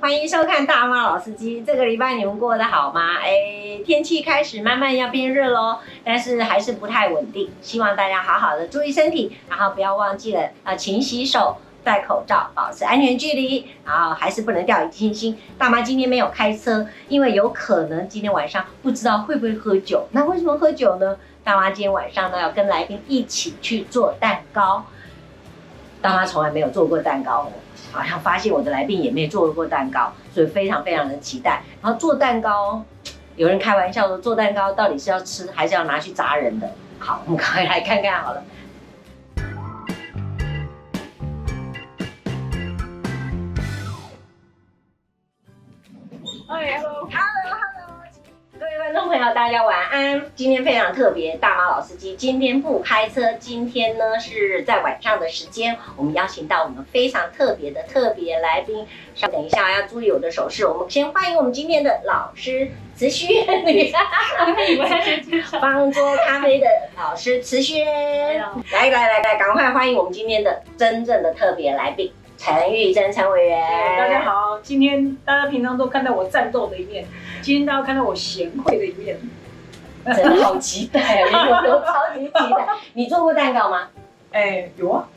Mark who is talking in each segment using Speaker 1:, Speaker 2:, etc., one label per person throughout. Speaker 1: 欢迎收看《大妈老司机》。这个礼拜你们过得好吗？哎，天气开始慢慢要变热喽，但是还是不太稳定。希望大家好好的注意身体，然后不要忘记了啊、呃勤洗手、戴口罩、保持安全距离，然后还是不能掉以轻心。大妈今天没有开车，因为有可能今天晚上不知道会不会喝酒。那为什么喝酒呢？大妈今天晚上呢要跟来宾一起去做蛋糕。大妈从来没有做过蛋糕哦，好像发现我的来宾也没做过蛋糕，所以非常非常的期待。然后做蛋糕，有人开玩笑说做蛋糕到底是要吃还是要拿去砸人的？好，我们赶快来看看好了。各位观众朋友，大家晚安。今天非常特别，大马老司机今天不开车，今天呢是在晚上的时间，我们邀请到我们非常特别的特别来宾。稍等一下，要注意我的手势。我们先欢迎我们今天的老师慈 轩女
Speaker 2: 以为是这样。
Speaker 1: 方桌咖啡的老师慈轩。来来来来，赶快欢迎我们今天的真正的特别来宾陈玉珍陈委员。
Speaker 2: 哎大家好，今天大家平常都看到我战斗的一面，今天大家看到我贤惠的一面。
Speaker 1: 真的好期待 哦，我超级期待。你做过蛋糕吗？
Speaker 2: 哎，有啊，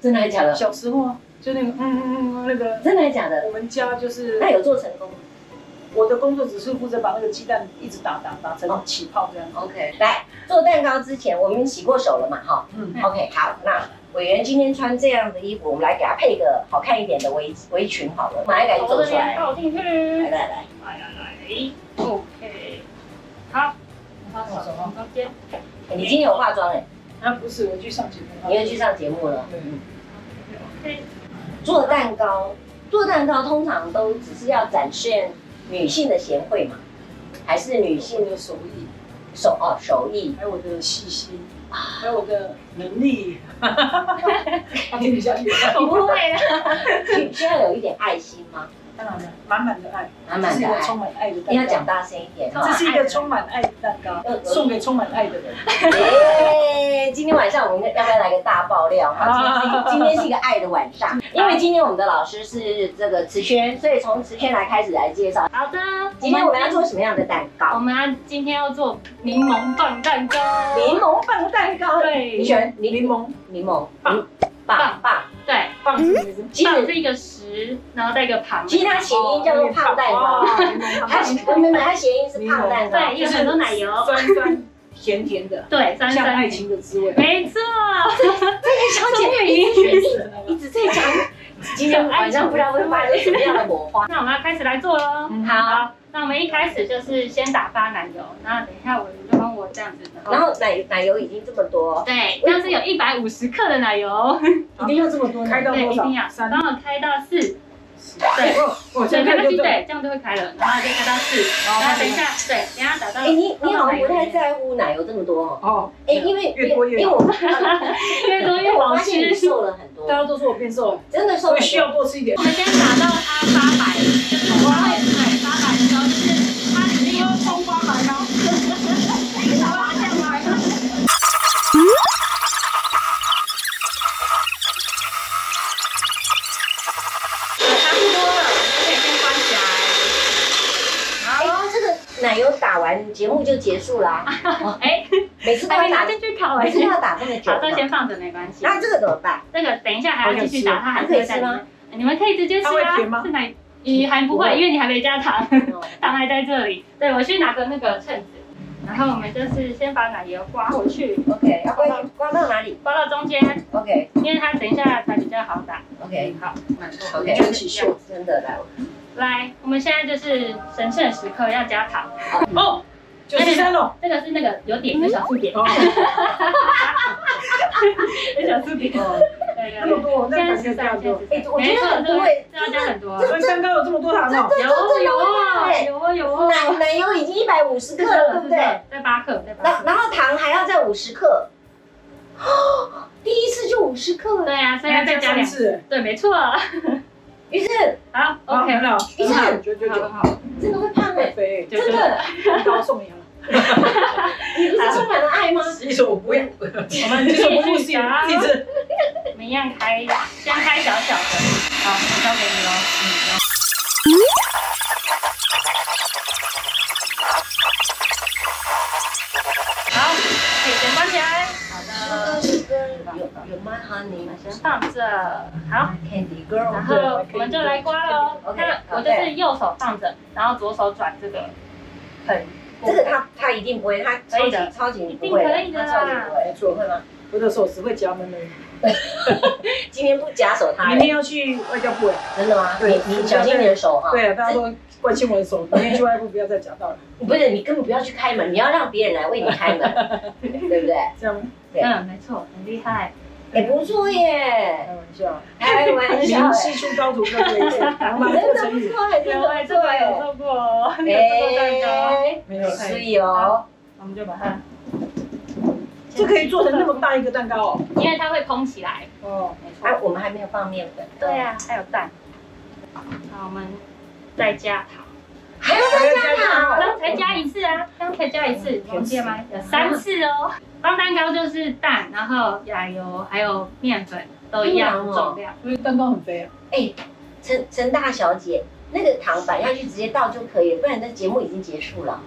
Speaker 1: 真的还假 的？
Speaker 2: 小时候啊，就那个嗯嗯嗯那个，
Speaker 1: 真的还假
Speaker 2: 我
Speaker 1: 的？
Speaker 2: 们家就是哎
Speaker 1: 那有做成功吗
Speaker 2: 我的工作只是负责把那个鸡蛋一直打打打成起泡这样。
Speaker 1: ？OK，来做蛋糕之前，我们洗过手了嘛？哈、
Speaker 2: 嗯，
Speaker 1: OK，好，那委员今天穿这样的衣服，我们来给他配个好看一点的围围裙好了，马上赶紧走出来。
Speaker 2: 倒进去，
Speaker 1: 来
Speaker 2: 来
Speaker 1: 来来，
Speaker 2: 来来，OK，好。放手放旁边。
Speaker 1: 你今天有化妆哎、
Speaker 2: 啊，不是，我去上节目。
Speaker 1: 你又去上节目了。
Speaker 2: 对
Speaker 1: 嗯，
Speaker 2: ？OK。
Speaker 1: 做蛋糕，做蛋糕通常都只是要展现女性的贤惠嘛，还是女
Speaker 2: 我
Speaker 1: 性
Speaker 2: 的手艺，
Speaker 1: 手哦手艺？
Speaker 2: 还有我的细心，还有我的能力， 他听不下去。
Speaker 1: 不会啦，你需要有一点爱心吗？
Speaker 2: 当然了，满满的爱，
Speaker 1: 满满
Speaker 2: 这是
Speaker 1: 的
Speaker 2: 一个
Speaker 1: 爱
Speaker 2: 充，满爱的
Speaker 1: 你要
Speaker 2: 蛋
Speaker 1: 讲
Speaker 2: 糕。
Speaker 1: 大声一点
Speaker 2: 这
Speaker 1: 哈。
Speaker 2: 是一个充满爱的蛋糕，
Speaker 1: 呃
Speaker 2: 送给充满爱的人。
Speaker 1: 耶！今天晚上我们要不要来个大爆料哈？今天是一个今天是一个爱的晚上，因为今天我们的老师是这个慈轩，所以从慈轩来开始来介绍。
Speaker 3: 好的，
Speaker 1: 今天我们要
Speaker 3: 做，
Speaker 1: 做什么样的蛋
Speaker 3: 我
Speaker 1: 糕？
Speaker 3: 们要今天要做柠檬棒蛋糕。
Speaker 1: 柠檬棒蛋糕。
Speaker 3: 对
Speaker 1: 你喜欢柠
Speaker 2: 柠檬
Speaker 1: 柠檬
Speaker 3: 棒
Speaker 1: 嗯棒棒？
Speaker 3: 对，
Speaker 2: 棒子是柠
Speaker 1: 其
Speaker 3: 棒
Speaker 1: 实
Speaker 3: 是一个十，然后再一个旁。
Speaker 1: 其实它谐音叫做胖蛋糕，
Speaker 2: 檬
Speaker 1: 它没有它谐音是胖蛋糕。
Speaker 3: 对，有很多奶油。
Speaker 2: 酸酸甜甜的，
Speaker 3: 对，三
Speaker 2: 像
Speaker 3: 三
Speaker 2: 爱情的滋味。
Speaker 3: 没错，
Speaker 1: 小姐一直在讲，今天晚上不知道会发生什么样的火花。
Speaker 3: 那我们要开始来做喽。
Speaker 1: 好，
Speaker 3: 好，那我们一开始就是先打发奶油，然后等一下我就帮我这样子，
Speaker 1: 然后奶奶油已经这么多，
Speaker 3: 对，这样是有一百五十克的奶油，
Speaker 1: 一定要这么多
Speaker 2: 开
Speaker 1: 奶
Speaker 2: 到
Speaker 3: 对，
Speaker 2: 多
Speaker 3: 一
Speaker 2: 少
Speaker 3: 定？要，
Speaker 2: 三
Speaker 3: 刚好开到四，
Speaker 2: 对，我
Speaker 3: 对，
Speaker 2: 先
Speaker 3: 没
Speaker 2: 看
Speaker 3: 关系，
Speaker 2: 就对。
Speaker 3: 对，这样就会开了，然后再开到四，然
Speaker 2: 然
Speaker 3: 后等一下，对，等一下打到，
Speaker 1: 哎，你你好像不太在乎奶油这么多哦。
Speaker 2: 哦，
Speaker 1: 哎，因为
Speaker 2: 越多越
Speaker 1: 因为我发
Speaker 3: 越多
Speaker 1: 因为
Speaker 3: 越
Speaker 1: 我
Speaker 3: 好
Speaker 1: 发现你
Speaker 3: 吃。
Speaker 1: 瘦了很多
Speaker 2: 大，家都说我变瘦了，
Speaker 1: 真的瘦
Speaker 2: 所
Speaker 1: 了
Speaker 2: 以
Speaker 1: 很
Speaker 2: 需
Speaker 1: 多。
Speaker 2: 要多吃一点
Speaker 3: 我。们先打到它八百，就是八百，对，八百的时候就是它里面有葱八百吗？你想八这样吗？差不多了，我们可以先关起来。
Speaker 1: 哎，这个奶油打完节目就结束啦，
Speaker 3: 哎，
Speaker 1: 每次都
Speaker 3: 还
Speaker 1: 要
Speaker 3: 没拿
Speaker 1: 打，
Speaker 3: 进去烤哎
Speaker 1: 每。次都要打这么久
Speaker 3: 好，这
Speaker 1: 嘛。
Speaker 3: 先放着没关系。
Speaker 1: 那这个怎么办？
Speaker 3: 这个等一下还要继续打，它还是会在里面。你们可以直接吃
Speaker 2: 它会
Speaker 3: 啊
Speaker 2: 甜吗，
Speaker 3: 是奶，你还不会，因为你还没加糖。糖还在这里。对，我去拿个那个秤子，然后我们就是先把奶油刮回去，
Speaker 1: OK，要刮刮到哪里
Speaker 3: 刮到中间，
Speaker 1: ？OK
Speaker 3: 因为它等一下才比较好打。
Speaker 1: OK
Speaker 3: 好，
Speaker 1: OK，
Speaker 2: 卷起袖。
Speaker 1: 真的来，
Speaker 3: 来，我们现在就是神圣时刻要加糖，
Speaker 2: 哦，九十三了。
Speaker 3: 这个是那个有点有小数点，
Speaker 2: 哦，
Speaker 3: 有小数点。
Speaker 2: 哦
Speaker 3: 对对
Speaker 2: 那么
Speaker 3: 对。
Speaker 2: 多，那
Speaker 3: 现在
Speaker 2: 感
Speaker 3: 十
Speaker 2: 觉这
Speaker 3: 三，
Speaker 2: 样
Speaker 3: 现
Speaker 2: 多。
Speaker 3: 在
Speaker 1: 哎
Speaker 3: 十，
Speaker 1: 我
Speaker 3: 三，
Speaker 1: 觉得很对，，
Speaker 3: 没错，对要加很多。
Speaker 2: 所以蛋糕有这么多糖哦。
Speaker 3: 有有啊有啊有啊，
Speaker 1: 奶奶油已经一百五十克
Speaker 3: 是
Speaker 1: 了，对
Speaker 3: 的，
Speaker 1: 不
Speaker 3: 是
Speaker 1: 对？
Speaker 3: 的，在八克，在八
Speaker 1: 然
Speaker 3: 克。
Speaker 1: 然后糖还要再五十克，哦，第一次就五十克了。
Speaker 3: 对啊，所以要再加两。
Speaker 2: 次。
Speaker 3: 对，没错。
Speaker 1: 于是
Speaker 3: 好
Speaker 2: 好，
Speaker 3: ，OK，
Speaker 2: 很好，很好，九九
Speaker 3: 好
Speaker 2: 九
Speaker 3: 很，好，
Speaker 1: 真的会胖哎、
Speaker 2: 太肥，
Speaker 3: 就
Speaker 1: 真
Speaker 3: 就
Speaker 1: 的，
Speaker 2: 蛋糕送你了。
Speaker 1: 你不是充满了爱吗？
Speaker 2: 洗手不要，我们就是不入戏，一直
Speaker 3: 我们一样开，先开小小的，好，我交给你喽。嗯，
Speaker 1: 了。
Speaker 3: 好
Speaker 1: ，Candy Girl，
Speaker 3: 然后我们就来刮喽。那我就是右手放着，然后左手转这个，很
Speaker 1: 这个他他一定不会，他超
Speaker 3: 可以
Speaker 1: 级
Speaker 3: 的
Speaker 1: 超级
Speaker 3: 哎一
Speaker 1: 不
Speaker 3: 定
Speaker 1: 会，
Speaker 3: 可以的
Speaker 1: 他超级
Speaker 3: 啦
Speaker 1: 不会。
Speaker 2: 错，会吗？我的手只会夹门而
Speaker 1: 今天不假手他哎
Speaker 2: 已。明，天要去外交部了。
Speaker 1: 真的吗？
Speaker 2: 对
Speaker 1: 你你小心你的手哈。
Speaker 2: 对啊，大家都关心我的手，明天去外部不要再夹到了，
Speaker 1: 不是你根本不要去开门，你要让别人来为你 开门，对不对？
Speaker 2: 这 样
Speaker 3: 嗯，没错，很厉害。
Speaker 1: 也不错耶，
Speaker 2: 开玩笑。
Speaker 1: 开 玩笑
Speaker 2: 名
Speaker 1: 哎，
Speaker 2: 师出高徒各位见， 然后马上
Speaker 1: 真
Speaker 2: 做
Speaker 1: 的
Speaker 2: 成
Speaker 1: 不
Speaker 2: 语。
Speaker 1: 错哎，真的
Speaker 3: 对，
Speaker 1: 不
Speaker 3: 这
Speaker 1: 错
Speaker 3: 个有
Speaker 1: 哎。
Speaker 3: 做过哦，有做过蛋糕，
Speaker 1: 哎，
Speaker 2: 没有，
Speaker 1: 所以哦，
Speaker 3: 我们就把它，
Speaker 2: 这可以做成那么大一个蛋糕哦。
Speaker 3: 因为它会蓬起来。
Speaker 2: 哦，
Speaker 3: 没错
Speaker 1: 哎，。我们还没有放面粉，
Speaker 3: 对啊，还有蛋。好，我们再加糖。
Speaker 1: 还要再加糖。
Speaker 3: 刚才加一次啊，刚才加一次，忘记了吗？有三次哦。方蛋糕就是蛋，然后奶油还有面粉都一样的哦重量。
Speaker 2: 因为蛋糕很肥啊。
Speaker 1: 陈陈大小姐，那个糖反下去直接倒就可以了，不然这节目已经结束了。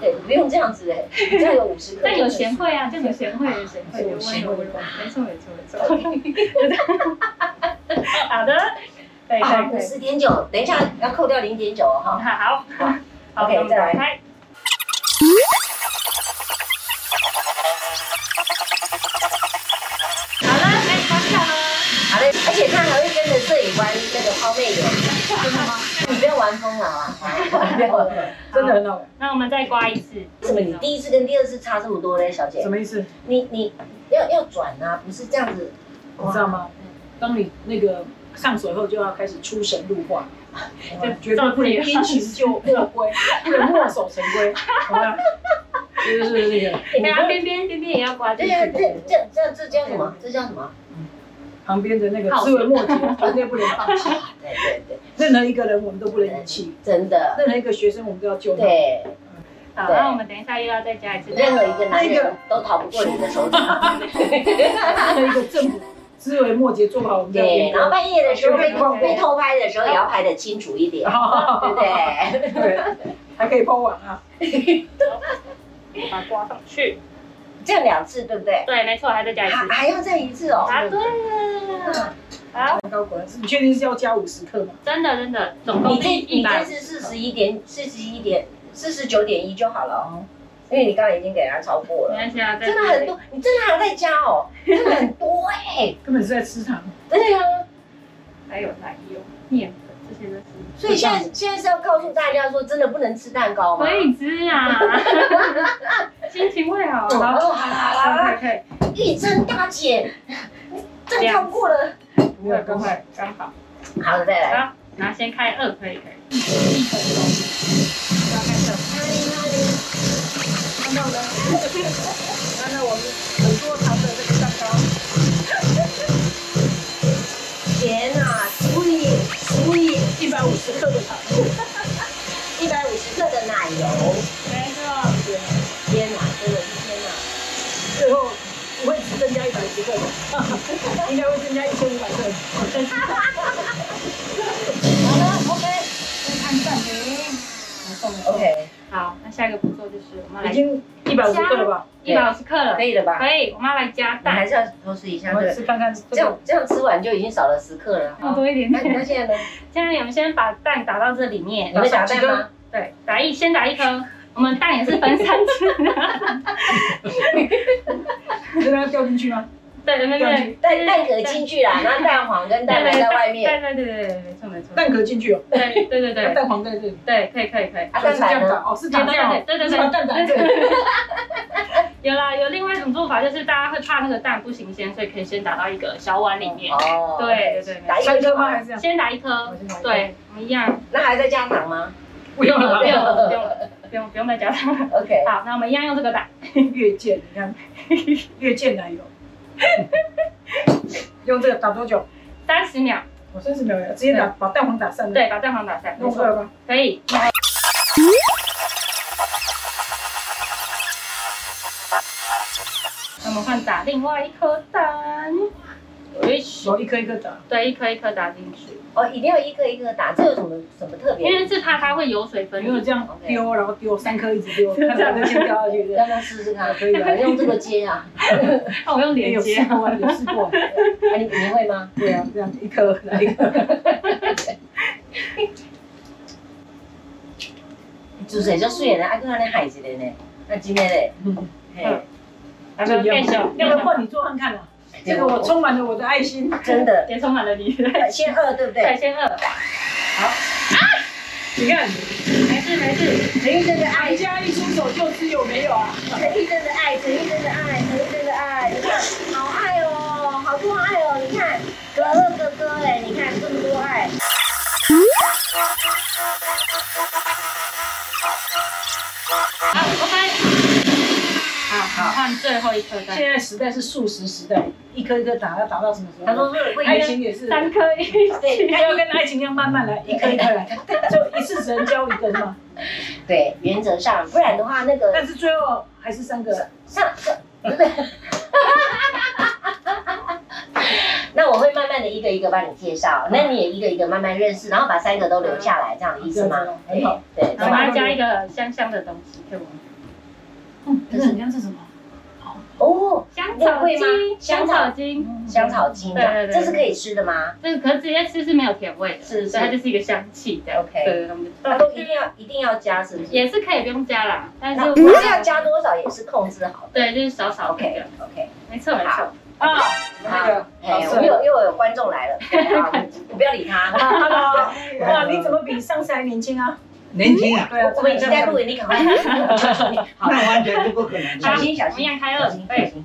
Speaker 1: 对，不用这样子哎，这样有五十克。
Speaker 3: 但有贤惠啊，就有贤惠，有贤惠，有温柔，没错没错没错。 好的，可以
Speaker 1: 啊，
Speaker 3: 可
Speaker 1: 五
Speaker 3: 以
Speaker 1: 十点九，等一下要扣掉零点九
Speaker 3: 可以，
Speaker 1: 哈。
Speaker 3: 好，好，我们打开。好了，可以关掉了。
Speaker 1: 好嘞，而且他还会跟着摄影玩那个抛媚眼，
Speaker 3: 真的吗？
Speaker 1: 你不要玩疯了啊！不要玩疯了
Speaker 2: 真的很好玩，
Speaker 3: 那我们再刮一次。
Speaker 1: 怎么你第一次跟第二次差这么多嘞，小姐
Speaker 2: 什？么意思？
Speaker 1: 你你要要转啊，不是这样子，
Speaker 2: 你知道吗？当你那个上手以后，就要开始出神入化，就绝对不能因其就莫 归，不能墨守成规，好吧？这就是那个
Speaker 1: 哎？你
Speaker 3: 对
Speaker 1: 不
Speaker 3: 啊，
Speaker 1: 要
Speaker 3: 边边边边也要刮
Speaker 1: 对
Speaker 3: 进
Speaker 1: 呀、
Speaker 3: 去。
Speaker 1: 这这这这叫什么？这叫什 么？
Speaker 2: 旁边的那个思维末节，绝对不能 放弃。
Speaker 1: 对对对，
Speaker 2: 任何一个人我们都不能遗弃，
Speaker 1: 真的，
Speaker 2: 任何一个学生我们都要救他。
Speaker 1: 对，
Speaker 3: 好，那我们等一下又要再加一次。
Speaker 1: 任何一个男人都逃不过你的手指。
Speaker 2: 任何一个政府思维末节做不好，我们就要
Speaker 1: 对，
Speaker 2: 严
Speaker 1: 然后
Speaker 2: 格。
Speaker 1: 半夜的时候被偷被偷拍的时候，也要拍的清楚一点，对不对？
Speaker 2: 对，还可以包网啊，
Speaker 3: 把它刮上去。
Speaker 1: 这样两次，对不对？
Speaker 3: 对，没错，还再加一
Speaker 1: 还
Speaker 3: 次。
Speaker 1: 还要再一次哦。啊
Speaker 3: 答对了。好，
Speaker 2: 蛋糕果然是。你确定是要加五十克吗？
Speaker 3: 真的真的，总
Speaker 1: 你
Speaker 3: 共
Speaker 1: 这
Speaker 3: 一
Speaker 1: 你这
Speaker 3: 百。
Speaker 1: 次四十一点四十一点四十九点一就好了哦，因为你刚刚已经给他超过
Speaker 3: 没
Speaker 1: 了，
Speaker 3: 关系啊，
Speaker 1: 真的很。多，你真的还要再加哦，真的很多哎、
Speaker 2: 根本是在吃糖。
Speaker 1: 对啊，
Speaker 3: 哎还有奶油、面粉这些都是。
Speaker 1: 所以现在现在是要告诉大家说，真的不能吃蛋糕吗？
Speaker 3: 可以吃啊，心情会好。
Speaker 1: 哦，
Speaker 3: 好，
Speaker 1: 好啦好啦，
Speaker 3: 可以
Speaker 1: 玉珍大姐，这超过了。
Speaker 3: 可以，不会不会，刚好。
Speaker 1: 好了，再来。
Speaker 3: 好，然后先开二，可以可以。一分钟。不要开始。
Speaker 2: 看到呢，看到我们很多糖的这个蛋糕，
Speaker 1: 天呐，sweet sweet，
Speaker 2: 一百五十克的糖，
Speaker 1: 一百五十克的奶油，
Speaker 3: 没错。
Speaker 2: 对，
Speaker 1: 天呐，真的是天呐！
Speaker 2: 最后不会只增加一百五十克的，应该会增加一千五百克。
Speaker 1: 好了，OK
Speaker 3: 看蛋糕。
Speaker 1: OK，
Speaker 3: 好，那下一个步骤就是我们
Speaker 2: 已
Speaker 3: 来
Speaker 2: 经一百五十克了吧？
Speaker 3: 一百五十克了
Speaker 1: 可，以了吧？
Speaker 3: 可以，我们要来加
Speaker 1: 你还
Speaker 3: 蛋，
Speaker 1: 是要偷吃一下，
Speaker 2: 我
Speaker 1: 对
Speaker 2: 也
Speaker 1: 不对，
Speaker 2: 是看看
Speaker 1: 这
Speaker 2: 这
Speaker 1: 样
Speaker 2: 个，
Speaker 1: 这样吃完就已经少了十克了。
Speaker 3: 要
Speaker 1: 哈
Speaker 3: 多一点
Speaker 1: 那
Speaker 3: 点。
Speaker 1: 那现在呢？
Speaker 3: 现在我们先把蛋打到这里面
Speaker 1: 你，会打蛋吗？
Speaker 3: 对，打一，先打一颗。我们蛋也是分三次的，
Speaker 2: 这个要掉进去吗？
Speaker 3: 对对对对，
Speaker 1: 蛋蛋壳进去 啦，那蛋黄跟蛋白在外面，
Speaker 3: 对对对对，没错没错，
Speaker 2: 蛋壳进去哦，
Speaker 3: 对对对对
Speaker 2: 蛋黄在这里。
Speaker 3: 对，可以可以可以，
Speaker 1: 啊，蛋
Speaker 2: 是这
Speaker 1: 白
Speaker 2: 样
Speaker 1: 呢？
Speaker 2: 打哦，是打这样，把蛋打这里。
Speaker 3: 有啦，有另外一种做法，就是大家会怕那个蛋不新鲜，所以可以先打到一个小碗里面，
Speaker 1: 哦，
Speaker 3: 对对对，没
Speaker 1: 打
Speaker 3: 错
Speaker 1: 一个
Speaker 2: 三
Speaker 1: 就
Speaker 2: 颗
Speaker 1: 好
Speaker 2: 吗？还。是这样？
Speaker 3: 先打一颗，对，我们一样，
Speaker 1: 那还在加糖吗
Speaker 2: 不用
Speaker 3: 不
Speaker 2: 了，
Speaker 3: 用了不用了，不用不用再加糖了。
Speaker 1: ？OK，
Speaker 3: 好，那我们一样用这个蛋。
Speaker 2: 越见，你看，越见奶 油。用这个打多久？
Speaker 3: 三十秒，
Speaker 2: 我三十秒，直接打把蛋黄打散。，
Speaker 3: 对，把蛋黄打散，
Speaker 2: 弄出来吧。
Speaker 3: 可以。那我们换打另外一颗蛋，有一群
Speaker 2: 手一颗一颗打，
Speaker 3: 对一颗一颗打进去，
Speaker 1: 哦，一定要一个一个打，这有什么什么特
Speaker 3: 因
Speaker 1: 别？
Speaker 3: 为是怕它会有水分
Speaker 2: 因为
Speaker 3: 离。
Speaker 2: 这样丢，然后丢三颗一直 丢，看哪个先掉下去的。
Speaker 1: 让他试试看，
Speaker 2: 可以啊
Speaker 1: 用这个接 啊，
Speaker 3: 那我用
Speaker 2: 也
Speaker 3: 连
Speaker 2: 有
Speaker 3: 接
Speaker 2: 试，过啊，有试过啊，
Speaker 1: 啊你你会吗？
Speaker 2: 对啊，这样一颗来一颗，
Speaker 1: 主持人足水的，啊，佮安尼害一个呢，啊，真的嘞，
Speaker 2: 嗯
Speaker 1: 嘿，
Speaker 3: 嗯
Speaker 2: 还
Speaker 3: 没有变小
Speaker 2: 要不然换你做看看啊，这个我充满了我的爱心。
Speaker 1: 真的，
Speaker 3: 也充满了你。
Speaker 1: 先二对不
Speaker 3: 对，
Speaker 1: 对？
Speaker 3: 先二，
Speaker 2: 你看，
Speaker 3: 没事没事，
Speaker 1: 陈医生的爱
Speaker 2: 人，家一出手就是有没有啊？
Speaker 1: 陈医生的爱，陈医生的爱，陈医生的爱，你看，好爱哦，好多爱哦，你看，格勒哥哥哎，你看这么多爱。
Speaker 3: 嗯好，OK，
Speaker 1: 啊
Speaker 2: 好，
Speaker 3: 换最后一颗蛋，
Speaker 2: 现在时代是速食时代，一颗一颗打，要打到什么时候？
Speaker 1: 他说会
Speaker 2: 爱情也是，
Speaker 3: 三颗一起。
Speaker 1: 对
Speaker 2: 要跟爱情一样慢慢来，一颗一颗来，就一次只能交一个是吗？
Speaker 1: 对，原则上，不然的话那个
Speaker 2: 但是最后还是三个，
Speaker 1: 上上，那我会慢慢的一个一个帮你介绍，那你也一个一个慢慢认识，然后把三个都留下来，这样的意思吗？
Speaker 2: 这样子哦
Speaker 1: 对，对
Speaker 3: 然后还要加一个香香的东西给我们，
Speaker 2: 嗯，这是你看这是什么？
Speaker 1: 哦，
Speaker 3: 香
Speaker 1: 那
Speaker 3: 草
Speaker 1: 贵吗
Speaker 3: 精，
Speaker 1: 香
Speaker 3: 香
Speaker 1: 草
Speaker 3: 草精，
Speaker 2: 嗯
Speaker 1: 香草精啊，
Speaker 3: 对对对
Speaker 1: 这是可以吃的吗？
Speaker 3: 这个可是直接吃是没有甜味的，
Speaker 1: 是是
Speaker 3: 所以它就是一个香气的。
Speaker 1: OK
Speaker 3: 对，我们
Speaker 1: 那都一定要一定要加，是不是？
Speaker 3: 也是可以不用加啦，但是
Speaker 1: 那
Speaker 3: 我
Speaker 1: 不要加多少也是控制好的。
Speaker 3: 对，就是少少的。
Speaker 1: OK OK，
Speaker 3: 没错没错。
Speaker 2: 啊，那个
Speaker 1: 哎，
Speaker 2: 老
Speaker 1: 我
Speaker 2: 师
Speaker 1: 们有又有观众来了，对啊我们我不要理他，
Speaker 2: ，Hello，哇，啊你怎么比上次还年轻啊？
Speaker 4: 年轻啊，
Speaker 2: 对啊，
Speaker 1: 我们已经在录影，你赶快开始，好，
Speaker 4: 那完全是不可能
Speaker 1: 小
Speaker 4: 的。
Speaker 1: 心小
Speaker 3: 我们一
Speaker 1: 心，
Speaker 3: 样开
Speaker 1: 小
Speaker 3: 二
Speaker 1: 心小
Speaker 3: 倍，
Speaker 1: 心，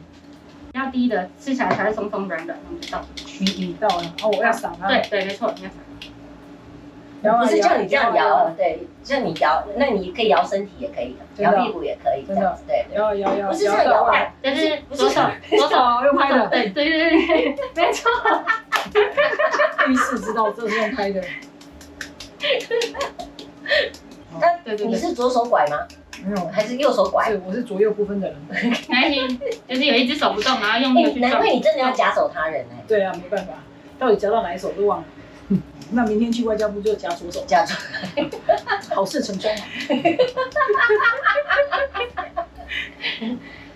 Speaker 3: 要低的吃起来才会松松软软，我们倒。
Speaker 2: 你你到了，哦，我要扫它，
Speaker 3: 对对，没错，你看
Speaker 2: 摇啊，
Speaker 1: 不是
Speaker 2: 摇啊
Speaker 1: 叫你这样摇啊，，对，叫你摇，那你可以摇身体也可以的，
Speaker 2: 真的
Speaker 1: 摇
Speaker 2: 哦
Speaker 1: 屁股也可以，这
Speaker 2: 真的
Speaker 1: 样子，对。
Speaker 2: 摇啊摇啊摇啊，
Speaker 1: 不是这样摇
Speaker 2: 到
Speaker 1: 啊
Speaker 2: 啊，
Speaker 3: 就是左手左 手
Speaker 2: 手用拍 的，
Speaker 3: 对对对对，没错。
Speaker 2: 第一次知道这是用拍的，嗯
Speaker 1: 那
Speaker 3: 对对
Speaker 1: 你
Speaker 3: 对，
Speaker 1: 是左手拐吗？
Speaker 2: 没有，
Speaker 1: 还是右手拐？
Speaker 2: 对，我是左右不分的人，
Speaker 3: 还行，哎就是有一只手不动，然后用
Speaker 1: 哎、
Speaker 3: 力的去
Speaker 1: 难
Speaker 3: 撞
Speaker 1: 怪。你真的要夹手他人哎、
Speaker 2: 对啊，没办法，到底夹到哪一手都忘了。 那明天去外交部就夹左手，
Speaker 1: 夹住。
Speaker 2: 好事成双。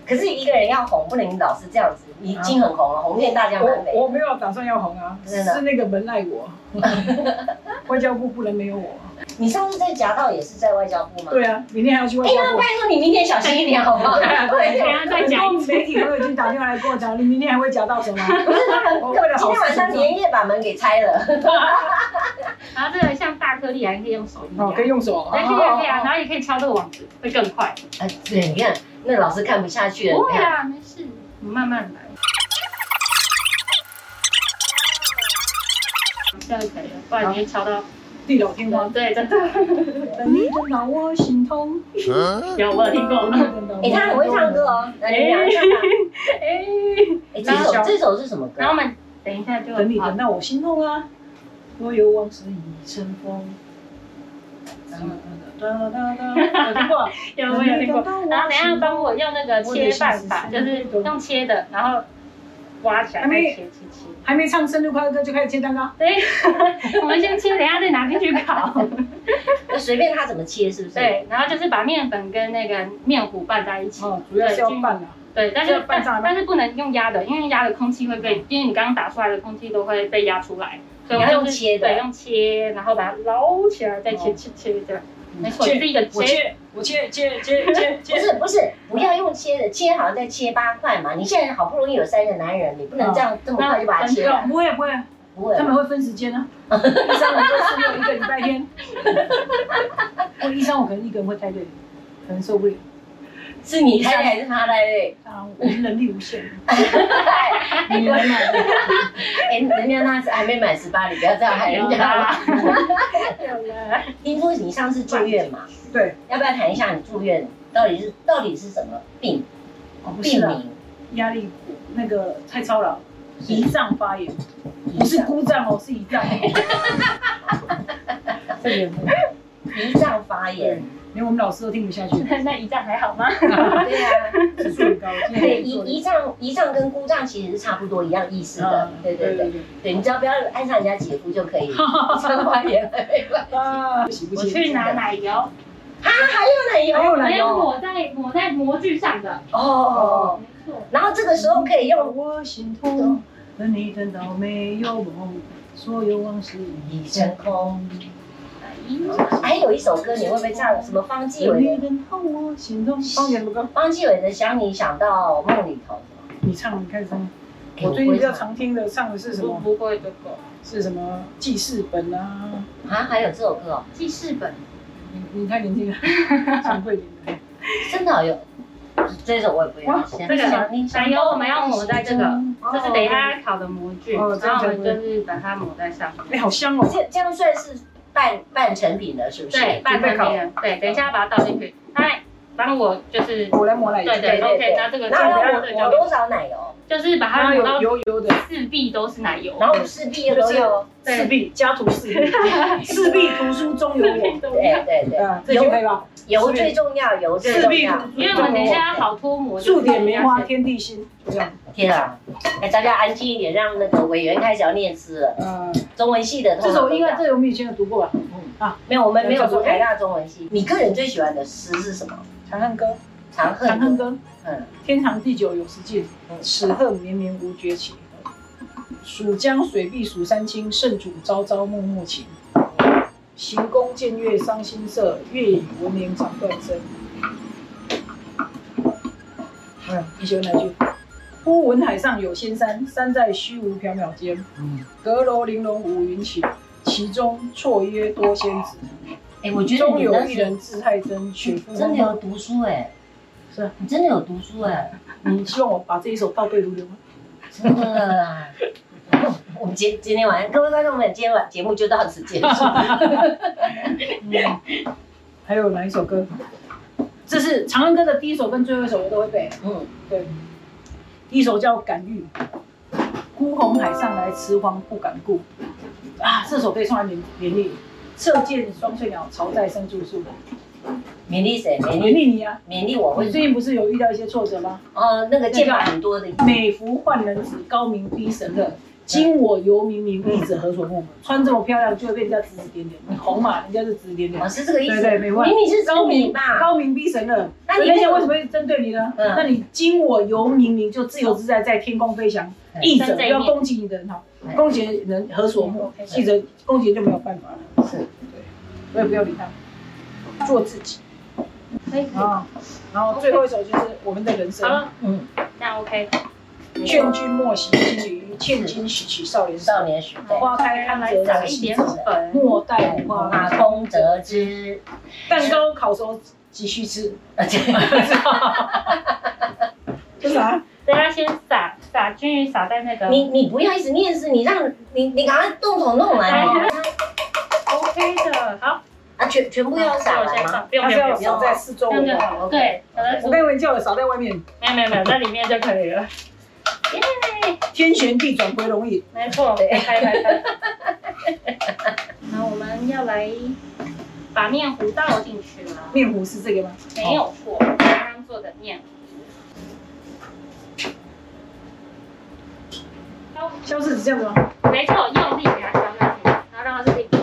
Speaker 1: 可是一个人要红，不能老是这样子。你已经很红了，红遍大江南北。
Speaker 2: 啊我我没有打算要红啊，
Speaker 1: 真的
Speaker 2: 是那个门 赖我，外交部不能没有我。
Speaker 1: 你上次在夹道也是在外交部吗？。
Speaker 2: 对啊，明天还要去外
Speaker 1: 哎、
Speaker 2: 交
Speaker 1: 那
Speaker 2: 部。
Speaker 1: 拜托你明天小心一点好不好？
Speaker 3: 等一
Speaker 1: 对。
Speaker 3: 下再
Speaker 2: 很
Speaker 3: 讲
Speaker 2: 多
Speaker 3: 一次。
Speaker 2: 媒体都已经打电话来跟我讲，你明天还会夹到什么？
Speaker 1: 不是他很，
Speaker 2: 我为了
Speaker 1: 今
Speaker 2: 好
Speaker 1: 天晚
Speaker 2: 事
Speaker 1: 上
Speaker 2: 成双。
Speaker 1: 连夜把门给拆了。
Speaker 3: 然后这个像大颗粒啊，还可以用手捏
Speaker 2: 哦，
Speaker 3: 啊。
Speaker 2: 可以用手啊。
Speaker 3: 对，可以啊可以啊，然后也可以敲这个网子，会更快。
Speaker 1: 啊，对，你看那老师看不下去了。
Speaker 3: 不会
Speaker 1: 你
Speaker 2: 啊
Speaker 1: 看
Speaker 3: 啦，没事，我们慢慢来。这样可以了，不然你会敲到。哦
Speaker 2: 地老天荒，
Speaker 3: 对，真的
Speaker 2: 等你等到我心痛。
Speaker 3: 有我有听过。
Speaker 1: 哎、他很会唱歌。哦。来，你俩 唱吧。
Speaker 3: 哎，
Speaker 1: 哎、这首这首是什么歌
Speaker 3: 然？后我们等一下就
Speaker 2: 等你等到我心痛啊！若有往事已成 风。有听过？
Speaker 3: 有我有听过。
Speaker 2: 过
Speaker 3: 然后等一下帮我用那个切饭法，就是用切的，然后挖起来再切切切。
Speaker 2: 还没唱生日快乐歌就开始切蛋糕，
Speaker 3: 对，我们先切，等一下再拿进去 烤。
Speaker 1: 那随便他怎么切，是不是？。
Speaker 3: 对，然后就是把面粉跟那个面糊拌在一起。
Speaker 2: 哦，主要是要拌啦。
Speaker 3: 对，但是
Speaker 2: 要拌
Speaker 3: 但
Speaker 2: 上来吗
Speaker 3: 但是不能用压的，因为压的空气会被，因为你刚刚打出来的空气都会被压出来，所以
Speaker 1: 你
Speaker 3: 我
Speaker 1: 要
Speaker 3: 们
Speaker 1: 用
Speaker 3: 就是
Speaker 1: 切的
Speaker 3: 对，用切，然后把它捞起来，再切
Speaker 2: 哦
Speaker 3: 切切这样。没错，
Speaker 2: 切
Speaker 3: 是一个
Speaker 2: 我
Speaker 3: 切。
Speaker 2: 切，我切切切切
Speaker 1: 不
Speaker 2: 切，
Speaker 1: 是不是，不要用切的，切好像在切八块嘛。你现在好不容易有三个男人，你不能这样这么快就把它切了，
Speaker 2: 哦不会不会，
Speaker 1: 不会
Speaker 2: 他。们会分时 间啊，一三五六四六一个礼拜 天。我一三五可能一个人会太累，可能受不了。
Speaker 1: 是你太太还是他太太？
Speaker 2: 啊，我们能力无限，
Speaker 1: 哎，我哎，人家那是还没满十八，你不要这样害人
Speaker 3: 有啦
Speaker 1: 家。
Speaker 3: 有啦
Speaker 1: 听说你上次住院嘛？
Speaker 2: 对。
Speaker 1: 要不要谈一下你住院到底是到底是什么病
Speaker 2: 哦不是
Speaker 1: 病
Speaker 2: 啦。
Speaker 1: 名？
Speaker 2: 压力那个太操劳，胰脏发炎，不是
Speaker 1: 胰
Speaker 2: 姑丈哦，是胰脏。这个
Speaker 1: 胰脏发炎
Speaker 2: 对，
Speaker 1: 嗯
Speaker 2: 连我们老师都听不下去，
Speaker 3: 那一仗还好吗？
Speaker 1: 对啊，
Speaker 2: 指数很高。
Speaker 1: 对仪仪仗仪仗跟姑丈其实是差不多一样意思的，嗯对对对。
Speaker 2: 嗯对。
Speaker 1: 对，你只要不要爱上人家姐夫就可以， 穿花园了没关系。
Speaker 2: 啊，不行不
Speaker 3: 我
Speaker 2: 行，
Speaker 3: 去拿奶油，
Speaker 1: 啊，还有奶油，
Speaker 2: 还有奶
Speaker 3: 没有
Speaker 2: 油。
Speaker 3: 抹在抹在模具上的，
Speaker 1: 哦。
Speaker 3: 没错。
Speaker 1: 然后这个时候可以用
Speaker 2: 我心痛，和你等到没有梦，所有往事
Speaker 1: 一阵空。
Speaker 3: 咦
Speaker 1: 还哎有一首歌你会不会唱？什么方季
Speaker 2: 有
Speaker 1: 伟
Speaker 2: 你
Speaker 1: 的？
Speaker 2: 等到我心痛。方言不
Speaker 3: 嗯
Speaker 2: 够，
Speaker 1: 方季伟的《想你想到梦里头
Speaker 2: 你唱，你看什么？》
Speaker 1: 哎。
Speaker 2: 我最近比较
Speaker 1: 不会
Speaker 2: 常听的唱的是什么？
Speaker 3: 不会这个
Speaker 2: 是什么记事本啊？
Speaker 1: 唱啊，还有这首歌哦，
Speaker 3: 记事本，
Speaker 2: 你你太年轻了，陈慧琳的。
Speaker 1: 真的哦有。这首我也不会
Speaker 2: 哇
Speaker 1: 唱。现在
Speaker 3: 这个哎
Speaker 1: 想你
Speaker 3: 奶
Speaker 1: 想
Speaker 3: 油
Speaker 1: 到
Speaker 3: 我们要抹在这个，
Speaker 1: 哦
Speaker 3: 这是等一下烤的模具，
Speaker 2: 哦这
Speaker 3: 然
Speaker 2: 样
Speaker 3: 后
Speaker 2: 才
Speaker 3: 我
Speaker 2: 不
Speaker 3: 们
Speaker 2: 会
Speaker 3: 就是把它抹在上面。
Speaker 2: 哎，好香哦！
Speaker 1: 这这样算是半半成品了，是不是？
Speaker 3: 对，半成品的，对，等一下把它倒进去。来，帮我就是，
Speaker 2: 我来抹奶油
Speaker 3: 对，对，OK，那这个就
Speaker 1: 然后要
Speaker 3: 这个
Speaker 1: 抹抹
Speaker 3: 就
Speaker 1: 多少奶油？
Speaker 3: 就是把
Speaker 2: 然
Speaker 3: 它
Speaker 2: 后
Speaker 3: 抹
Speaker 2: 有
Speaker 3: 到
Speaker 2: 油油的
Speaker 3: 四壁都是奶油，
Speaker 1: 然后四壁都有。
Speaker 3: 对
Speaker 2: 四壁家徒四 壁，四壁图书中有我。
Speaker 1: 对对对，
Speaker 3: 嗯
Speaker 2: 啊，这就可以吧？
Speaker 1: 油最重要，油最
Speaker 2: 四
Speaker 1: 重
Speaker 2: 壁
Speaker 1: 要。
Speaker 2: 图
Speaker 3: 因为
Speaker 2: 书
Speaker 3: 我
Speaker 2: 中
Speaker 3: 们等一
Speaker 2: 有
Speaker 3: 下要好脱模，
Speaker 2: 我。数典梅花天地心，就这样。
Speaker 1: 天啊！哎，大家安静一点，让那个委员开始要念诗了。
Speaker 2: 呃，
Speaker 1: 中文系的
Speaker 2: 这
Speaker 1: 通常
Speaker 2: 首
Speaker 1: 都
Speaker 2: 应
Speaker 1: 这
Speaker 2: 该
Speaker 1: 样，
Speaker 2: 这个我们以前有读过吧？
Speaker 1: 没有，我们没有读台大中文系。你个人最喜欢的诗是什么？
Speaker 2: 《长恨歌》，
Speaker 1: 长
Speaker 2: 《长
Speaker 1: 恨
Speaker 2: 恨
Speaker 1: 歌。
Speaker 2: 歌》，
Speaker 1: 嗯，
Speaker 2: 天长地久有时尽，此恨绵绵无绝期。蜀江水碧蜀山青，胜主朝朝暮暮情。行宫见月伤心色，月已文年长断声。嗯，你喜欢哪句？忽闻海上有仙山，山在虚无缥缈间。
Speaker 1: 嗯
Speaker 2: 阁楼玲珑五云起，其中绰约多仙子。
Speaker 1: 哎，我觉得
Speaker 2: 中
Speaker 1: 你
Speaker 2: 有
Speaker 1: 那
Speaker 2: 一
Speaker 1: 是
Speaker 2: 人字太真，雪肤
Speaker 1: 真
Speaker 2: 风
Speaker 1: 的有读书哎，
Speaker 2: 是啊
Speaker 1: 你真的有读书哎，
Speaker 2: 你希望我把这一首倒背如流吗？
Speaker 1: 真的啊。我们 今今天晚上，各位观众们，今天晚节目就到此 结束。
Speaker 2: 嗯，还有哪一首歌？这是长恨歌的第一首跟最后一首，我都会背。
Speaker 1: 嗯，
Speaker 2: 对，第一首叫《感遇》，孤鸿海上来，辞皇不敢顾。啊，这首可以送来勉勉励。射箭双翠鸟，巢在深处树。
Speaker 1: 勉励谁？勉
Speaker 2: 勉
Speaker 1: 励
Speaker 2: 励你啊！
Speaker 1: 勉励我，我
Speaker 2: 你最近不是有遇到一些挫折吗？
Speaker 1: 哦，那个键盘很多的。
Speaker 2: 美服换人子，高明逼神乐。今我犹明明，一子何所慕？穿这么漂亮，就会被人家指指点点。你红嘛，人家就指指点点
Speaker 1: 哦，。是这个意思。
Speaker 2: 对对没问题
Speaker 1: 明明是高明吧？
Speaker 2: 高明逼神了，
Speaker 1: 那
Speaker 2: 那
Speaker 1: 你
Speaker 2: 人家为什么会针对你呢？
Speaker 1: 嗯
Speaker 2: 那你今我由明明就自由自在在天空飞翔，
Speaker 1: 嗯
Speaker 2: 译者
Speaker 3: 站在一
Speaker 2: 要
Speaker 3: 面
Speaker 2: 攻击你的人哈
Speaker 1: 嗯，
Speaker 2: 攻击人何所慕？译者攻击就没有办法了，
Speaker 1: 是，
Speaker 2: 我也不要理他，做自己
Speaker 3: 可以可以
Speaker 2: 啊。然后最后一首就是我们的人生
Speaker 3: 好，了，
Speaker 1: 嗯，
Speaker 3: 那 OK，
Speaker 2: 劝君莫惜金缕，千金拾取少年时。
Speaker 1: 少年时代。
Speaker 2: 花开堪折
Speaker 3: 撒
Speaker 2: 直
Speaker 3: 一
Speaker 2: 须
Speaker 3: 点
Speaker 2: 折，
Speaker 3: 粉，
Speaker 2: 莫待无花
Speaker 1: 马空折枝，
Speaker 2: 蛋糕烤熟急需吃，
Speaker 1: 而且
Speaker 2: 这啥？
Speaker 3: 大家先撒撒均匀撒在那个
Speaker 1: 你你不要一直念诗，你让你你赶快动手弄来哦
Speaker 3: OK 的，好，
Speaker 1: 啊，全全部要撒
Speaker 3: 我
Speaker 1: 来
Speaker 3: 先
Speaker 1: 吗？
Speaker 3: 放，不用
Speaker 2: 它
Speaker 3: 不
Speaker 2: 是
Speaker 3: 用不
Speaker 2: 要
Speaker 3: 用，
Speaker 2: 扫在四周
Speaker 3: 那
Speaker 2: 围
Speaker 3: 个
Speaker 2: 的。
Speaker 3: 好对，好的
Speaker 2: 我，跟你叫我扫在外面，
Speaker 3: 没有没有没有，在里面就可以了，
Speaker 2: 天旋地转回容易。
Speaker 3: 没错，拜拜拜拜。然后我们要来把面糊倒进去了，
Speaker 2: 面糊是这个吗？
Speaker 3: 没有错，刚刚做的面糊。好
Speaker 2: 消失是这样子吗？
Speaker 3: 没错，用力给它敲下去，然后让它是平的。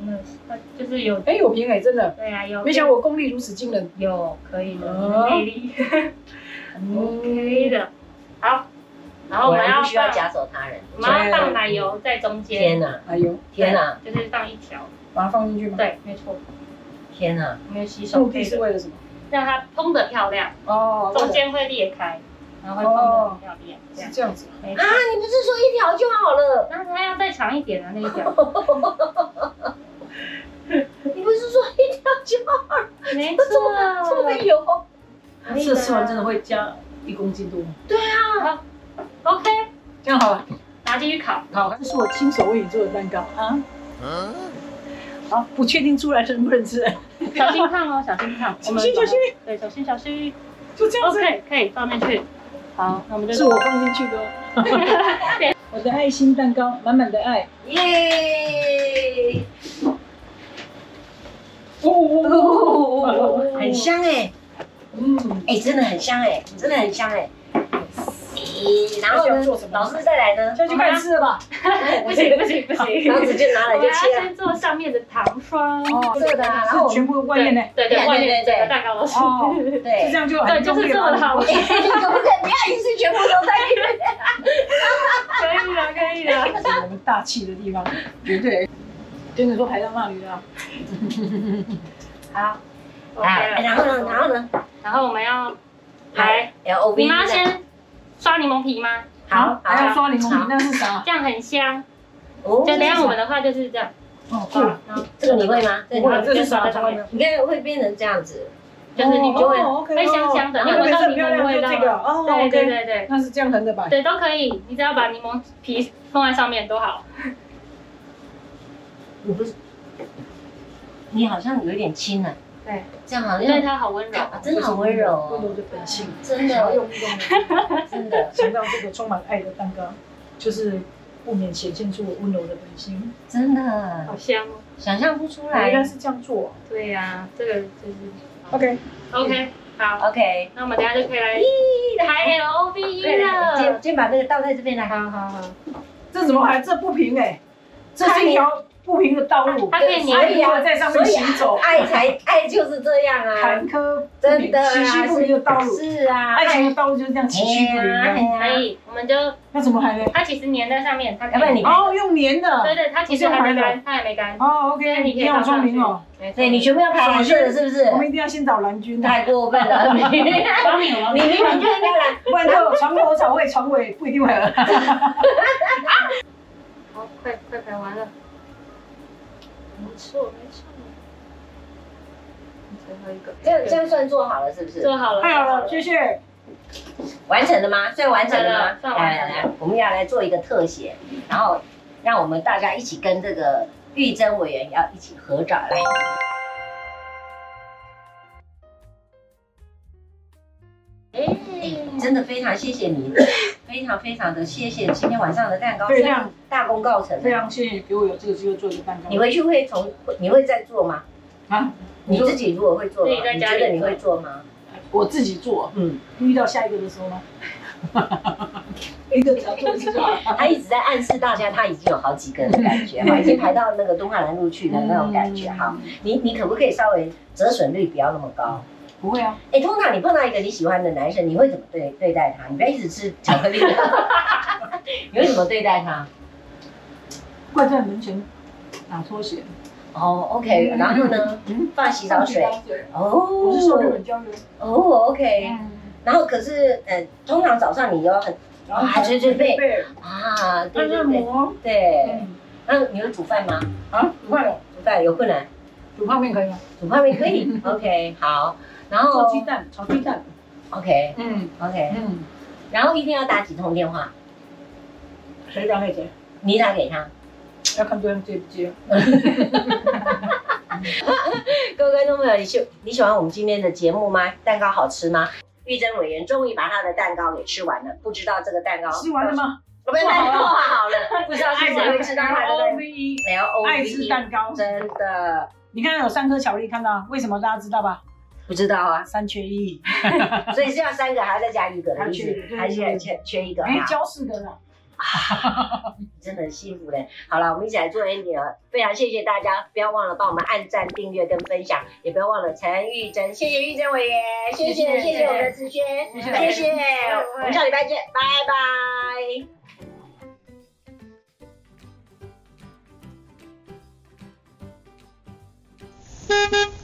Speaker 3: 嗯， 就是有
Speaker 2: 哎，有平哎，真的，
Speaker 3: 对啊，有
Speaker 2: 没想到我功力如此惊人。
Speaker 3: 有可以的
Speaker 2: 哦
Speaker 3: 魅力 ，OK 的。好，哦然后我
Speaker 1: 果
Speaker 3: 们
Speaker 1: 然
Speaker 3: 要
Speaker 1: 不需要
Speaker 3: 放，
Speaker 1: 假手他人。
Speaker 3: 我们要放奶油在中间
Speaker 1: 天，哪，
Speaker 2: 哎呦，
Speaker 1: 天哪，
Speaker 3: 就是放一条。
Speaker 2: 把它放进去吗？
Speaker 3: 对，没错，
Speaker 1: 天哪！
Speaker 3: 我们有洗手
Speaker 2: 目
Speaker 3: 可
Speaker 2: 的
Speaker 3: 以
Speaker 2: 哦是
Speaker 3: 的，
Speaker 2: 为了什么？
Speaker 3: 让它蓬的漂亮，
Speaker 2: 哦
Speaker 3: 中间会裂开，然后会蓬的很漂亮，这
Speaker 2: 是
Speaker 3: 样。
Speaker 2: 这样子。
Speaker 3: 没
Speaker 1: 啊
Speaker 3: 错，
Speaker 1: 你不是说一条就好了？
Speaker 3: 那它要再长一点的那一条，
Speaker 1: 你不是说一条就好了？
Speaker 3: 没
Speaker 1: 这么这么
Speaker 3: 错。
Speaker 1: 油？
Speaker 3: 可以的
Speaker 2: 会加一公斤多吗？
Speaker 3: OK，
Speaker 2: 这样好了，
Speaker 3: 拿进去烤。
Speaker 2: 好，这是我亲手为你做的蛋糕啊。好，不确定出来能不能吃，
Speaker 3: 小心烫哦，小心烫。我
Speaker 2: 小
Speaker 3: 们
Speaker 2: 心小心，
Speaker 3: 对，小心小心。
Speaker 2: 就这样子。
Speaker 3: OK，可以放进去。好，那我们就是
Speaker 2: 我放进去的哦。 我的爱心蛋糕，满满的爱。
Speaker 1: 耶！
Speaker 2: 哦，
Speaker 1: 很香哎、
Speaker 2: 嗯，
Speaker 1: 哎、真的很香哎、真的很香哎、咦然后
Speaker 2: 要做什
Speaker 1: 呢，
Speaker 2: 么
Speaker 1: 老师再来 呢，
Speaker 2: 现在就开始吃了吧。
Speaker 3: 不行不行不行，
Speaker 1: 老子就拿来
Speaker 3: 我
Speaker 1: 就
Speaker 3: 要
Speaker 1: 切啊了。
Speaker 3: 先做上面的糖霜，
Speaker 2: 哦
Speaker 1: 这个的啊然后我
Speaker 2: 是全部外面的。
Speaker 3: 对对，外面整个蛋糕都是，
Speaker 2: 哦，
Speaker 1: 对，
Speaker 2: 就这样就
Speaker 3: 对，
Speaker 2: 很
Speaker 3: 就是这么好，可以
Speaker 1: 你可不可以不要一次全部都在里面？
Speaker 3: 了可以了，
Speaker 2: 这是我们大气的地方，绝对。跟你说排到那里了，
Speaker 1: 好，哎
Speaker 3: OK
Speaker 1: 然后呢？然后呢？
Speaker 3: 然后我们要来，
Speaker 1: 然后 O V
Speaker 3: 你妈先刷柠檬皮吗？
Speaker 1: 好，
Speaker 2: 还要
Speaker 1: 好，
Speaker 2: 刷柠檬
Speaker 1: 好
Speaker 2: 皮，那是啥？
Speaker 3: 这样很香。
Speaker 1: 哦
Speaker 3: 就等一下我们的话就是这样，
Speaker 2: 哦，酷
Speaker 3: 好，然后
Speaker 1: 这个你会吗？
Speaker 3: 嗯
Speaker 2: 不会这是
Speaker 1: 刷
Speaker 2: 啥
Speaker 1: 上面，你看会变成这样子，
Speaker 3: 就是你就会
Speaker 2: 哦，OK，哦
Speaker 3: 会香香的
Speaker 2: 然后
Speaker 3: 你有
Speaker 2: 这个漂亮
Speaker 3: 闻到柠檬味道
Speaker 2: 就这个哦
Speaker 3: 对对
Speaker 2: ，OK，
Speaker 3: 对对
Speaker 2: 那是这样横着摆。
Speaker 3: 对都可以，你只要把柠檬皮放在上面都好。
Speaker 1: 你不是？你好像有点轻了，
Speaker 3: 对，
Speaker 1: 哦这样好
Speaker 3: 对
Speaker 1: 像
Speaker 3: 它好温柔。
Speaker 1: 啊真的好温柔哦，
Speaker 2: 温柔的本性，
Speaker 1: 真
Speaker 2: 想要
Speaker 1: 的
Speaker 2: 用一种
Speaker 1: 真的
Speaker 2: 想让这个充满爱的蛋糕，就是不免显现出我温柔的本 性。
Speaker 1: 真
Speaker 3: 好
Speaker 1: 的
Speaker 3: 香哦！
Speaker 1: 想象不出
Speaker 2: 我应该
Speaker 1: 来。
Speaker 2: 是这样做
Speaker 3: 对呀、这个就是
Speaker 2: ，OK，
Speaker 3: OK。好，
Speaker 1: OK，
Speaker 3: 那我们等一下就可以来
Speaker 1: 还
Speaker 3: 排 L O V E
Speaker 1: 先
Speaker 3: 了。
Speaker 1: 先把那个倒在这边来。
Speaker 3: 好好好，
Speaker 2: 这怎么还这不平哎？这是一条不平的道路，
Speaker 3: 它可以
Speaker 1: 所
Speaker 3: 粘
Speaker 1: 以
Speaker 2: 你
Speaker 1: 啊
Speaker 2: 要在上面行走，
Speaker 1: 爱才爱就是这样啊，
Speaker 2: 坎坷不
Speaker 1: 真
Speaker 2: 平，
Speaker 1: 的啊，
Speaker 2: 崎岖不平的道路，
Speaker 1: 是啊，
Speaker 2: 爱情的道路就是这样崎岖不
Speaker 1: 哎呀
Speaker 2: 平的。
Speaker 1: 哎呀
Speaker 3: 可以，我们就
Speaker 2: 那怎么还呢？
Speaker 3: 它其实粘在上面，它可以
Speaker 1: 要不然你
Speaker 2: 哦，用粘
Speaker 3: 对
Speaker 2: 的。
Speaker 3: 对，它其实还没干，它还没干。
Speaker 2: 哦
Speaker 3: 对
Speaker 2: ，OK，
Speaker 3: 你可以
Speaker 2: 好
Speaker 3: 放
Speaker 2: 聪
Speaker 3: 上去
Speaker 2: 明哦。
Speaker 3: 没错
Speaker 1: 对哎你全部要排蓝色的，是不是
Speaker 2: 我？们一定要先找蓝军的，啊
Speaker 1: 太过分了， 你明明
Speaker 3: 帮你了，
Speaker 1: 就应该来。
Speaker 2: 不然就床头吵会，床尾不一定 会合。
Speaker 3: 好，快快排完了。没错没错。最后一个，
Speaker 1: 这样这样算做好了，是不是？
Speaker 3: 做好了，
Speaker 2: 太好了，哎谢谢。
Speaker 1: 完成了吗？算完成了吗？哎
Speaker 3: 算完了
Speaker 1: 来来来，我们要来做一个特写，然后让我们大家一起跟这个玉珍委员要一起合照来。
Speaker 3: 哎，
Speaker 1: 真的非常谢谢 你，非常非常的谢谢今天晚上的蛋糕，
Speaker 2: 非常
Speaker 1: 大功告成。啊
Speaker 2: 非常谢谢给我有这个机会做一个蛋糕
Speaker 1: 你。回去会从你会再做吗？
Speaker 2: 啊，
Speaker 1: 你自己如果会做吗
Speaker 3: 自己在
Speaker 1: 你
Speaker 3: 家
Speaker 1: 觉
Speaker 3: 里
Speaker 1: 得你会做吗？
Speaker 2: 我自己做，啊
Speaker 1: 嗯，
Speaker 2: 遇到下一个的时候呢， 一个只要做一次就好。
Speaker 1: 他一直在暗示大家他已经有好几个的感 觉，哈，已经排到那个东华南路去的那种感觉，哈。
Speaker 2: 嗯，
Speaker 1: 你你可不可以稍微折损率不要那么高？
Speaker 2: 不会啊，
Speaker 1: 哎，通常你碰到一个你喜欢的男生，你会怎么对对待他？你不要一直吃巧克力， 你会怎么对待他？
Speaker 2: 跪在门前打拖鞋，
Speaker 1: 哦，OK，
Speaker 2: 嗯
Speaker 1: 然后呢？
Speaker 2: 嗯，
Speaker 1: 放洗澡水。
Speaker 2: 放洗澡水。我是说日
Speaker 1: 哦
Speaker 2: 本交流。
Speaker 1: 哦，OK。然后可是，呃，通常早上你有很
Speaker 2: 然后
Speaker 1: 啊捶捶背
Speaker 2: 背，
Speaker 1: 啊，对
Speaker 2: 按
Speaker 1: 对
Speaker 2: 按
Speaker 1: 对
Speaker 2: 摩。
Speaker 1: 对。
Speaker 2: 嗯
Speaker 1: 那你会煮饭吗？
Speaker 2: 啊，不会了，
Speaker 1: 煮饭有困难，
Speaker 2: 煮泡面可以吗？
Speaker 1: 煮泡面可 以。OK，好。然后
Speaker 2: 做鸡蛋，炒鸡蛋。
Speaker 1: OK
Speaker 2: 嗯
Speaker 1: OK，
Speaker 2: 嗯，
Speaker 1: 然后一定要打几通电话，
Speaker 2: 谁打给谁？
Speaker 1: 你打给他。
Speaker 2: 要看对方接不接。
Speaker 1: 各位观众朋友，你喜你喜欢我们今天的节目吗？蛋糕好吃吗？玉珍委员终于把他的蛋糕给吃完了，不知道这个蛋糕
Speaker 2: 吃 完了？吗？
Speaker 1: 我们蛋糕画好了，不知道是谁会吃到 他的
Speaker 2: O
Speaker 1: 蛋
Speaker 2: V E，
Speaker 1: 糕。L O
Speaker 2: 爱
Speaker 1: V
Speaker 2: 吃
Speaker 1: E，
Speaker 2: 蛋糕。
Speaker 1: 真的
Speaker 2: 你看有三颗巧克力，看到为什么大家知道吧？
Speaker 1: 不知道啊，
Speaker 2: 三缺一，
Speaker 1: 所以是要三个，还要再加一个的意
Speaker 2: 还缺一
Speaker 1: 思，
Speaker 2: 个
Speaker 1: 还是缺缺一个啊
Speaker 2: 哎，？教四个了。
Speaker 1: 真的很幸福嘞。好了，我们一起来做 ending 了，非常谢谢大家，不要忘了帮我们按赞、订阅跟分享，也不要忘了陈玉珍，谢谢玉珍委员，谢谢
Speaker 3: 谢谢
Speaker 1: 谢谢我们的子轩，
Speaker 2: 谢
Speaker 1: 谢
Speaker 2: 谢
Speaker 1: 谢，我们下礼拜见，拜拜。
Speaker 4: Thank you.